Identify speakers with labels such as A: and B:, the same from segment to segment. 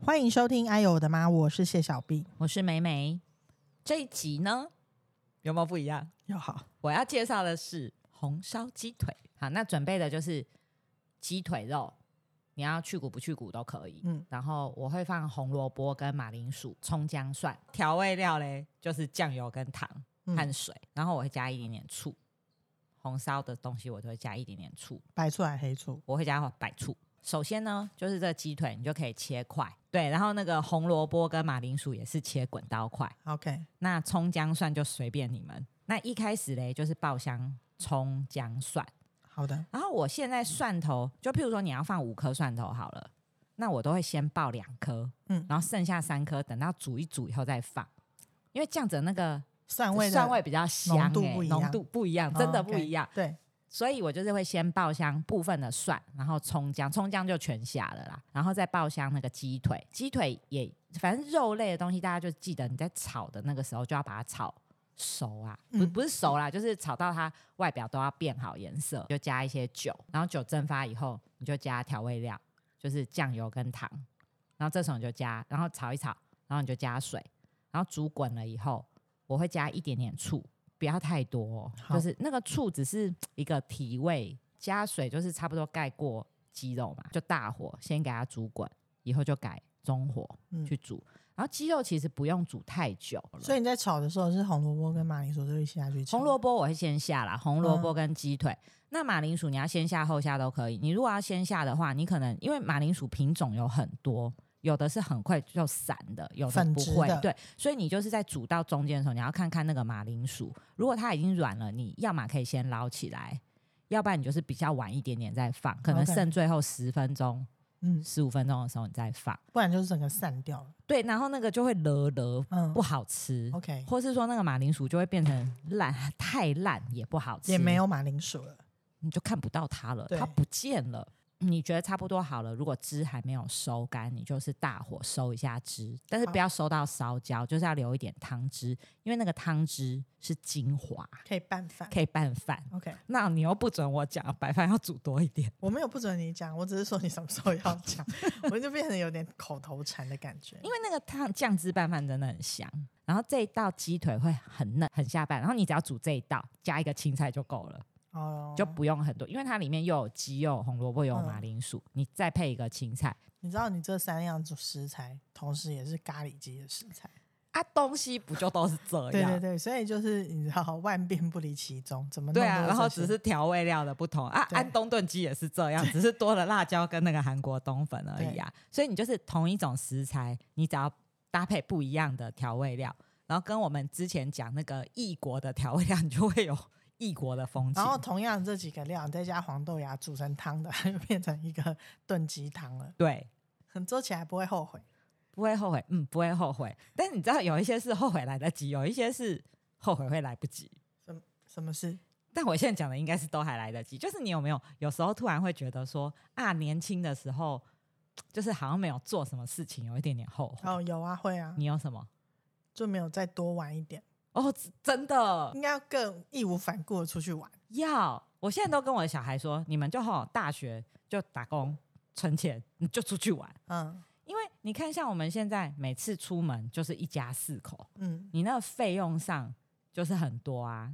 A: 欢迎收听《哎呦我的妈》，我是谢小 B。
B: 我是梅梅。这一集呢，有没有不一样？
A: 又好，
B: 我要介绍的是红烧鸡腿。好，那准备的就是鸡腿肉，你要去骨不去骨都可以。
A: 嗯
B: 嗯，然后我会放红萝卜跟马铃薯、葱姜蒜，调味料嘞就是酱油跟糖
A: 嗯
B: 和水，然后我会加一点点醋。红烧的东西我就会加一点点醋，
A: 白醋还是黑醋？
B: 我会加白醋。首先呢，就是这鸡腿你就可以切块，对，然后那个红萝卜跟马铃薯也是切滚刀块。
A: OK，
B: 那葱姜蒜就随便你们。那一开始嘞，就是爆香葱姜蒜。
A: 好的，
B: 然后我现在蒜头，就譬如说你要放五颗蒜头好了，那我都会先爆两颗，
A: 嗯
B: 嗯，然后剩下三颗等到煮一煮以后再放，因为这样子那个
A: 蒜味的
B: 蒜味比较香、
A: 浓度
B: 欸
A: 不一样
B: 浓度不一样，真的不一样。
A: 哦，OK，对，
B: 所以我就是会先爆香部分的蒜，然后葱姜，葱姜就全下了啦，然后再爆香那个鸡腿，鸡腿也反正肉类的东西，大家就记得你在炒的那个时候就要把它炒熟啊，不
A: 嗯
B: 不是熟啦，就是炒到它外表都要变好颜色，就加一些酒，然后酒蒸发以后，你就加调味料，就是酱油跟糖，然后这时候你就加，然后炒一炒，然后你就加水，然后煮滚了以后，我会加一点点醋，不要太多、哦，
A: 好
B: 就是那个醋只是一个提味，加水就是差不多盖过鸡肉嘛，就大火先给它煮滚，以后就改中火
A: 嗯
B: 去煮。然后鸡肉其实不用煮太久了，
A: 所以你在炒的时候是红萝卜跟马铃薯都一起下去炒。
B: 红萝卜我会先下啦，红萝卜
A: 嗯
B: 跟鸡腿。那马铃薯你要先下后下都可以。你如果要先下的话，你可能因为马铃薯品种有很多，有的是很快就散的，有的
A: 粉
B: 不
A: 质
B: 会
A: 的。
B: 对，所以你就是在煮到中间的时候，你要看看那个马铃薯，如果它已经软了，你要么可以先捞起来，要不然你就是比较晚一点点再放，可能
A: OK
B: 剩最后十分钟、
A: 嗯，
B: 十五分钟的时候你再放。
A: 不然就是整个散掉了。
B: 对，然后那个就会勒勒，
A: 嗯
B: 不好吃。
A: ，OK，
B: 或是说那个马铃薯就会变成烂， 太烂也不好吃，
A: 也没有马铃薯了。
B: 你就看不到它了，
A: 对
B: 它不见了。你觉得差不多好了，如果汁还没有收干，你就是大火收一下汁，但是
A: 好
B: 不要收到烧焦，就是要留一点汤汁，因为那个汤汁是精华，
A: 可以拌饭。
B: 可以拌饭。
A: OK，
B: 那你又不准我讲白饭要煮多一点，
A: 我没有不准你讲，我只是说你什么时候要 讲，我就变成有点口头禅的感觉。
B: 因为那个汤酱汁拌饭真的很香。然后这一道鸡腿会很嫩，很下饭。然后你只要煮这一道，加一个青菜就够了。
A: 哦，
B: 就不用很多，因为它里面又有鸡，又有红萝卜，又有
A: 嗯
B: 马铃薯，你再配一个青菜
A: 你知道你这三样食材，同时也是咖喱鸡的食材。
B: 啊，东西不就都是这样？
A: 对对对，所以就是你知道 万变不离其宗，怎么弄
B: 对啊，
A: 都
B: 然后
A: 这
B: 只
A: 些
B: 是调味料的不同啊，
A: 对
B: 安东炖鸡也是这样，只是多了辣椒跟那个韩国冬粉而已啊。所以你就是同一种食材，你只要搭配不一样的调味料，然后跟我们之前讲那个异国的调味料，你就会有异国的风情。
A: 然后同样这几个料，你再加黄豆芽煮成汤的， 它就变成一个 炖鸡汤了。
B: 对，
A: 很做起来不会后悔。
B: 不会后悔，嗯，不会后悔。但你知道有一些是后悔来得及，有一些是后悔会来不及。
A: 什么事？
B: 但我现在讲的应该是都还来得及。就是你有没有有时候突然会觉得说啊，年轻的时候就是好像没有做什么事情，有一点点后悔。
A: 哦，有啊，会啊，
B: 你有什么？
A: 就没有再多玩一点，
B: 哦，真真的
A: 应该要更义无反顾的出去玩。
B: 要！我现在都跟我的小孩说，你们就好大学就打工存钱，你就出去玩。
A: 嗯
B: 因为你看，像我们现在每次出门就是一家四口，
A: 嗯，
B: 你那个费用上就是很多啊，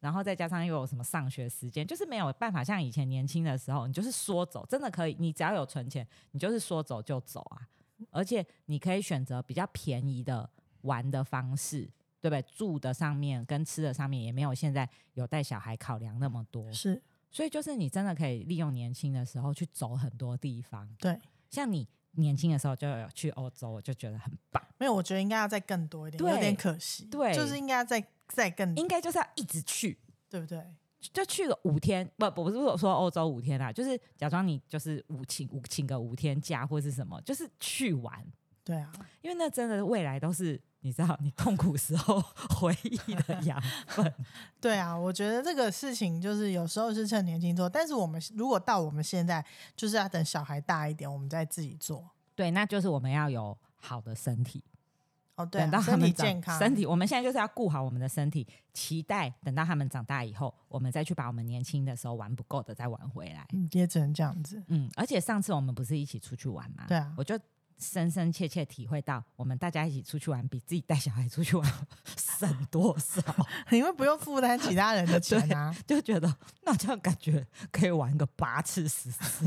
B: 然后再加上又有什么上学时间，就是没有办法像以前年轻的时候，你就是说走，真的可以，你只要有存钱，你就是说走就走啊，而且你可以选择比较便宜的玩的方式。对不对？住的上面跟吃的上面也没有现在有带小孩考量那么多，
A: 是
B: 所以就是你真的可以利用年轻的时候去走很多地方。
A: 对。
B: 像你年轻的时候就有去欧洲，我就觉得很棒。
A: 没有，我觉得应该要再更多一点，
B: 对
A: 有点可惜。
B: 对
A: 就是应该要再再更，
B: 应该就是要一直去，
A: 对不对？
B: 就去了五天，不不不是我说欧洲五天啦，就是假装你就是五请五请个五天假或是什么，就是去玩，
A: 对啊，
B: 因为那真的未来都是你知道你痛苦时候 回忆的养分。
A: 对啊，我觉得这个事情就是有时候是趁年轻做，但是我们如果到我们现在，就是要等小孩大一点，我们再自己做。
B: 对，那就是我们要有好的身体，
A: 哦，对、啊，
B: 等到他
A: 身
B: 们
A: 体
B: 长
A: 健康，
B: 身体我们现在就是要顾好我们的身体，期待等到他们长大以后，我们再去把我们年轻的时候玩不够的再玩回来。
A: 嗯也只能这样子。
B: 嗯，而且上次我们不是一起出去玩吗？
A: 对啊
B: 我就深深切切体会到，我们大家一起出去玩比自己带小孩出去玩省多少， 嗯
A: 因为不用负担其他人的钱啊，
B: 就觉得那这样感觉可以玩个八次十次。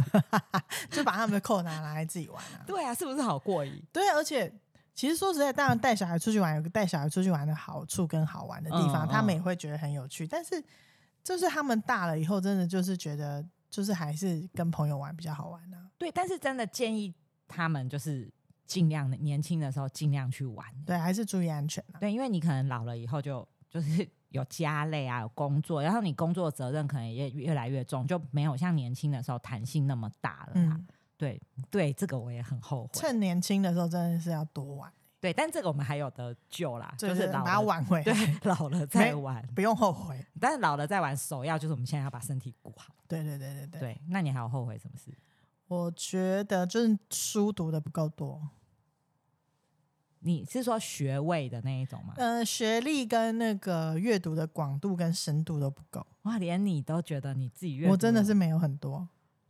A: 就把他们的扣拿拿来自己玩啊。
B: 对啊，是不是好过瘾？
A: 对，而且其实说实在，当然带小孩出去玩有个带小孩出去玩的好处跟好玩的地方，
B: 嗯嗯
A: 他们也会觉得很有趣。但是就是他们大了以后，真的就是觉得就是还是跟朋友玩比较好玩啊。
B: 对，但是真的建议他们就是尽量年轻的时候尽量去玩。
A: 对，还是注意安全啊。
B: 对，因为你可能老了以后就就是有家累啊，有工作，然后你工作责任可能也越来越重，就没有像年轻的时候弹性那么大了啦。
A: 嗯，
B: 对对，这个我也很后悔。
A: 趁年轻的时候真的是要多玩，
B: 对，但这个我们还有得救啦，
A: 就
B: 就是
A: 是
B: 老
A: 把它
B: 了。
A: 挽回
B: 对
A: 来，，
B: 老了再
A: 没
B: 玩，
A: 不用后悔。
B: 但是老了再玩，首要就是我们现在要把身体顾好。
A: 对对对对对。
B: 对，那你还有后悔什么事？
A: 我觉得就是书读的不够多，
B: 你是说学位的那一种吗？
A: 呃，学历跟那个阅读的广度跟深度都不够。
B: 哇，连你都觉得你自己阅
A: 我
B: 读
A: 真的
B: 了
A: 是，没有很 多，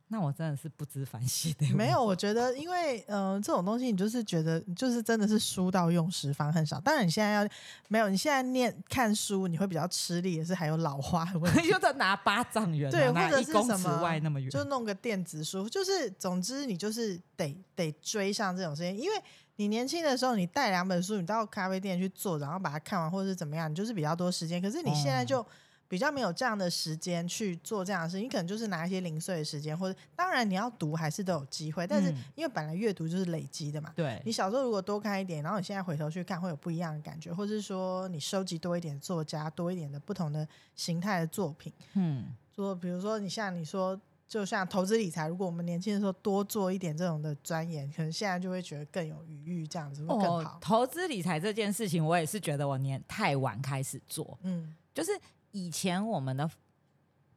B: 那我真的是不知反省的。
A: 没有。我觉得，因为呃，这种东西你就是觉得，就是真的是书到用时方恨少。当然，你现在要没有，你现在念看书你会比较吃力，也是还有老花的问题。
B: 就在拿巴掌远啊，
A: 对
B: 拿
A: 或者
B: 一
A: 是
B: 公
A: 什
B: 尺
A: 么
B: 外那么远，
A: 就弄个电子书，就是总之你就是得得追上这种事情，因为你年轻的时候你带两本书，你到咖啡店去坐，然后把它看完或者是怎么样，你就是比较多时间。可是你现在
B: 嗯
A: 就比较没有这样的时间去做这样的事，你可能就是拿一些零碎的时间，或者当然你要读还是都有机会，但是
B: 嗯
A: 因为本来阅读就是累积的嘛。
B: 对
A: 你小时候如果多看一点，然后你现在回头去看，会有不一样的感觉，或是说你收集多一点作家，多一点的不同的形态的作品，
B: 嗯，
A: 做，比如说你像你说，就像投资理财，如果我们年轻的时候多做一点这种的钻研，可能现在就会觉得更有余裕，这样子会更
B: 哦
A: 好，。
B: 投资理财这件事情，我也是觉得我年太晚开始做，
A: 嗯，
B: 就是以前我们的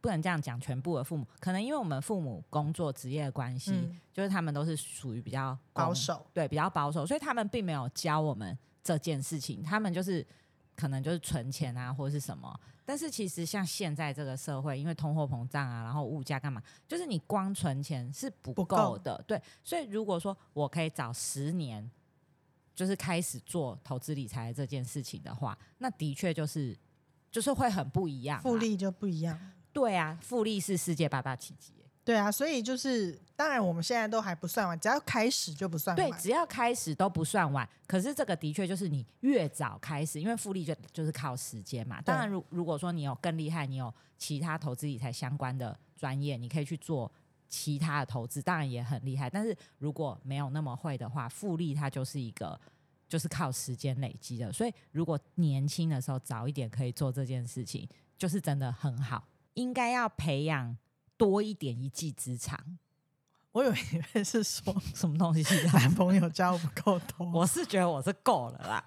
B: 不能这样讲，全部的父母可能因为我们父母工作职业的关系，
A: 嗯
B: 就是他们都是属于比较
A: 保
B: 工，
A: 守，
B: 对，比较保守，所以他们并没有教我们这件事情，他们就是可能就是存钱啊，或者是什么。但是其实像现在这个社会，因为通货膨胀啊，然后物价干嘛，就是你光存钱是不
A: 不
B: 够
A: 够
B: 的，对。所以如果说我可以早十年，就是开始做投资理财这件事情的话，那的确就是就是会很不一样、啊
A: 复，利就不一样。
B: 对啊，复利是世界八大奇迹耶。
A: 对啊，所以就是，当然我们现在都还不算完，只要开始就不算
B: 对，
A: 完。
B: 只要开始都不算晚。可是这个的确就是你越早开始，因为复利就就是靠时间嘛。当然如，如果说你有更厉害，你有其他投资理财相关的专业，你可以去做其他的投资，当然也很厉害。但是如果没有那么会的话，复利它就是一个。就是靠时间累积的，所以如果年轻的时候早一点可以做这件事情，就是真的很好。应该要培养多一点一技之长，
A: 我以为是说
B: 什么东西、 啊？
A: 男朋友交不够多，
B: 我是觉得我是够了啦，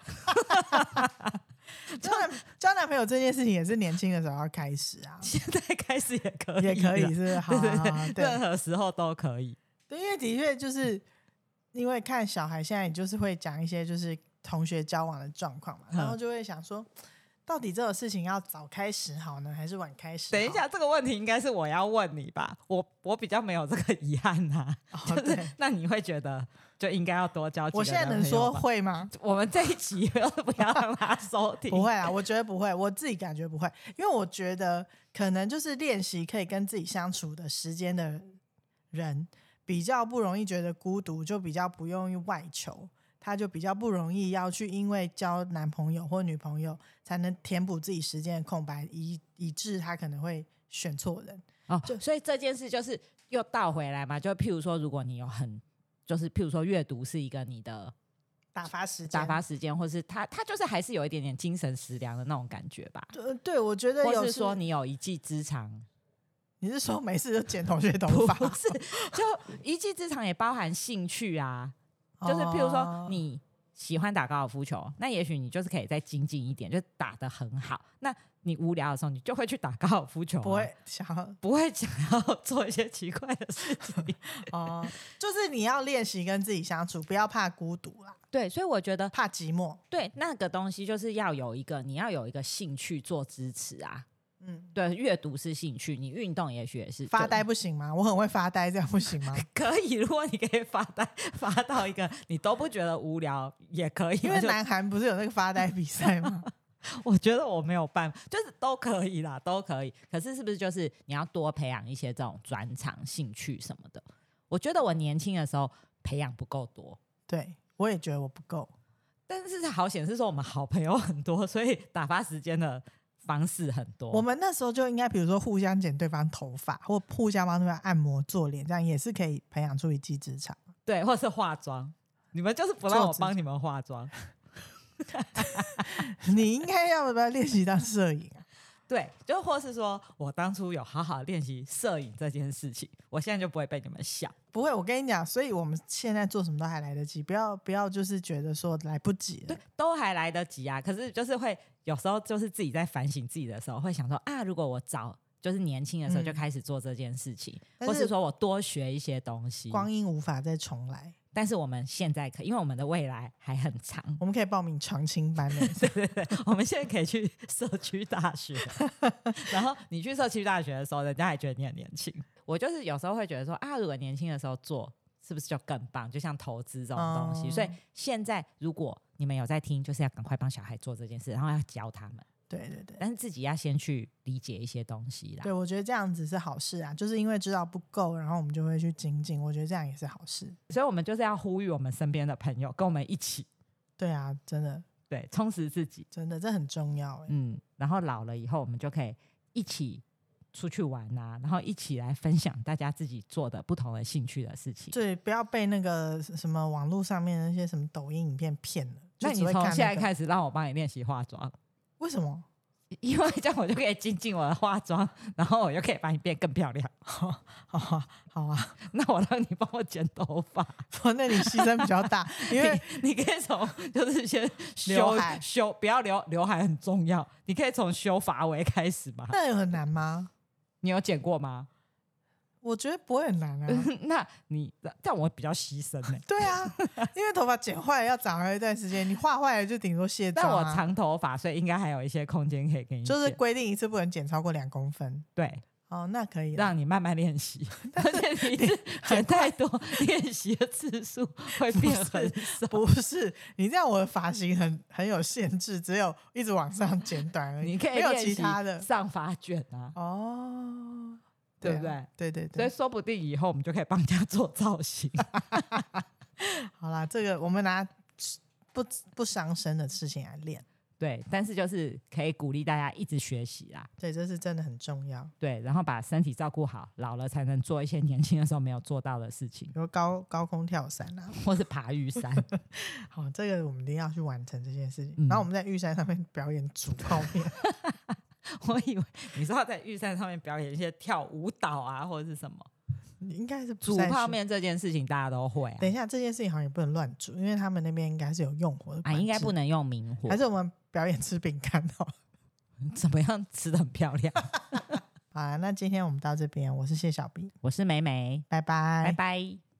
A: 交男交男朋友这件事情也是年轻的时候要开始啊，
B: 现在开始也可以，
A: 也可以，是，不是？好
B: 啊 对对
A: 好好
B: 对，任何时候都可以。
A: 对，因为的确就是因为看小孩，现在你就是会讲一些就是同学交往的状况嘛，
B: 嗯
A: 然后就会想说，到底这个事情要早开始好呢，还是晚开始？
B: 等一，下，这个问题应该是我要问你吧？我我比较没有这个遗憾呐、
A: 哦、
B: 就是
A: 对，
B: 那你会觉得就应该要多交几个
A: 我现在能
B: 男朋友
A: 说
B: 吧
A: 会吗？
B: 我们这一集不要让他收 听，
A: 不会啊，我觉得不会，我自己感觉不会，因为我觉得可能就是练习可以跟自己相处的时间的人，比较不容易觉得孤独，就比较不用外求，他就比较不容易要去因为交男朋友或女朋友才能填补自己时间的空白，以以致他可能会选错人。
B: 哦，所以这件事就是又倒回来嘛，就譬如说，如果你有很就是譬如说阅读是一个你的
A: 打发时间，
B: 打发时间，或是他他就是还是有一点点精神食粮的那种感觉吧。
A: 呃，对，我觉得有
B: 或是
A: 时
B: 说你有一技之长，
A: 你是说没事就剪同 学头发，
B: 不是，就一技之长也包含兴趣啊。就是譬如说
A: 哦
B: 你喜欢打高尔夫球，那也许你就是可以再精进一点，就打得很好。那你无聊的时候，你就会去打高尔夫球啊、
A: 不会想要
B: 不会想要做一些奇怪的事 情。
A: 哦，就是你要练习跟自己相处，不要怕孤独啦，
B: 对，所以我觉得
A: 怕寂寞。
B: 对那个东西就是要有一个，你要有一个兴趣做支持啊。
A: 嗯，
B: 对，阅读是兴趣，你运动也许也是
A: 发
B: 就
A: 呆不行吗？我很会发呆，这样不行 吗？
B: 可以，如果你可以发呆发到一个你都不觉得无聊，也可以。
A: 因
B: 我
A: 为
B: 就
A: 南韩不是有那个发呆比赛吗？
B: 我觉得我没有办法，就是都可以啦，都可以。可是是不是就是你要多培养一些这种专长、兴趣什么的？我觉得我年轻的时候培养不够多，
A: 对，我也觉得我不够。
B: 但是好显示说我们好朋友很多，所以打发时间的方式很多。
A: 我们那时候就应该，比如说互相剪对方头发，或互相帮对方按摩、做脸，这样也是可以培养出一技之长。
B: 对，或是化妆，你们就是不让
A: 做
B: 我
A: 指
B: 帮你们化妆。
A: 你应该要不要练习当摄影啊？
B: 对，就或是说我当初有好好练习摄影这件事情，我现在就不会被你们笑。
A: 不会，我跟你讲，所以我们现在做什么都还来得及，不要不要就是觉得说来不及了
B: 对。，都还来得及啊。可是就是会有时候就是自己在反省自己的时候，会想说啊，如果我早就是年轻的时候
A: 嗯
B: 就开始做这件事情，
A: 但
B: 或
A: 是
B: 是说我多学一些东西。
A: 光阴无法再重来，
B: 但是我们现在可，因为我们的未来还很 长，
A: 我们可以报名长青班 的。
B: 我们现在可以去社区大 学。然后你去社区大学的时候，人家还觉得你很年轻。我就是有时候会觉得说啊，如果年轻的时候做，是不是就更棒？就像投资这种东西。
A: 哦
B: 所以现在如果你们有在听，就是要赶快帮小孩做这件事，然后要教他们。
A: 对对对。
B: 但是自己要先去理解一些东西啦
A: 对，。我觉得这样子是好事啊，就是因为知道不够，然后我们就会去精进，我觉得这样也是好事。
B: 所以，我们就是要呼吁我们身边的朋友跟我们一起，
A: 对啊，真的
B: 对，充实自己。
A: 真的这很重要欸、
B: 嗯，然后老了以后，我们就可以一起出去玩啊，然后一起来分享大家自己做的不同的兴趣的事情。
A: 对，不要被那个什么网络上面那些什么抖音影片骗了。就
B: 那
A: 只
B: 你
A: 会
B: 从
A: 看
B: 现
A: 那
B: 在
A: 个
B: 开始让我帮你练习化妆，
A: 为什 么？
B: 因为这样我就可以精进我的化妆，然后我就可以把你变更漂亮。
A: 好啊，好啊，
B: 那我让你帮我剪头发，
A: 我那你牺牲比较 大，因为
B: 你你可以从就是先
A: 刘
B: 修
A: 海
B: 修，不要留刘海很重要。你可以从修发尾开始嘛。
A: 那有很难吗？
B: 你有剪过吗？
A: 我觉得不会很难啊。
B: 那你但我比较牺牲欸 呢、
A: 对啊，因为头发剪坏了要长回一段时间，你画坏了就顶多卸妆、
B: 但我
A: 啊。
B: 长头发，所以应该还有一些空间可以给你剪，
A: 就是规定一次不能剪超过两公分。
B: 对，
A: 哦，那可以啦。
B: 让你慢慢 练习。而且你一次剪太多，练习的次数会变很少。
A: 不是，你这样我的发型很很有限制，只有一直往上剪短而已，
B: 你可以
A: 没有
B: 练
A: 其
B: 习
A: 他的
B: 上发卷啊，
A: 哦，
B: 对
A: 啊
B: 不对？
A: 对对
B: 所
A: 对，
B: 以说不定以后我们就可以帮人家做造型。
A: 好啦，这个我们拿不不伤身的事情来练，
B: 对，但是就是可以鼓励大家一直学习啦。
A: 对，这是真的很重要。
B: 对，然后把身体照顾好，老了才能做一些年轻的时候没有做到的事情
A: 比，如高高空跳伞啊，
B: 或是爬玉山。
A: 好，这个我们一定要去完成这件事情。
B: 嗯
A: 然后我们在玉山上面表演煮泡面，
B: 我以为你说要在玉山上面表演一些跳舞蹈啊，或者是什么
A: 你应该是不
B: 煮
A: 太
B: 泡
A: 行。
B: 面这件事情，大家都会啊。
A: 等一下，这件事情好像也不能乱煮，因为他们那边应该是有用火的
B: 啊，
A: 管
B: 应该
A: 制
B: 不，能用明火
A: 还，是我们表演吃饼干哦好了
B: 怎么样吃的很漂亮？
A: 好啊，那今天我们到这边，我是谢小 B，
B: 我是美美，
A: 拜拜
B: 拜拜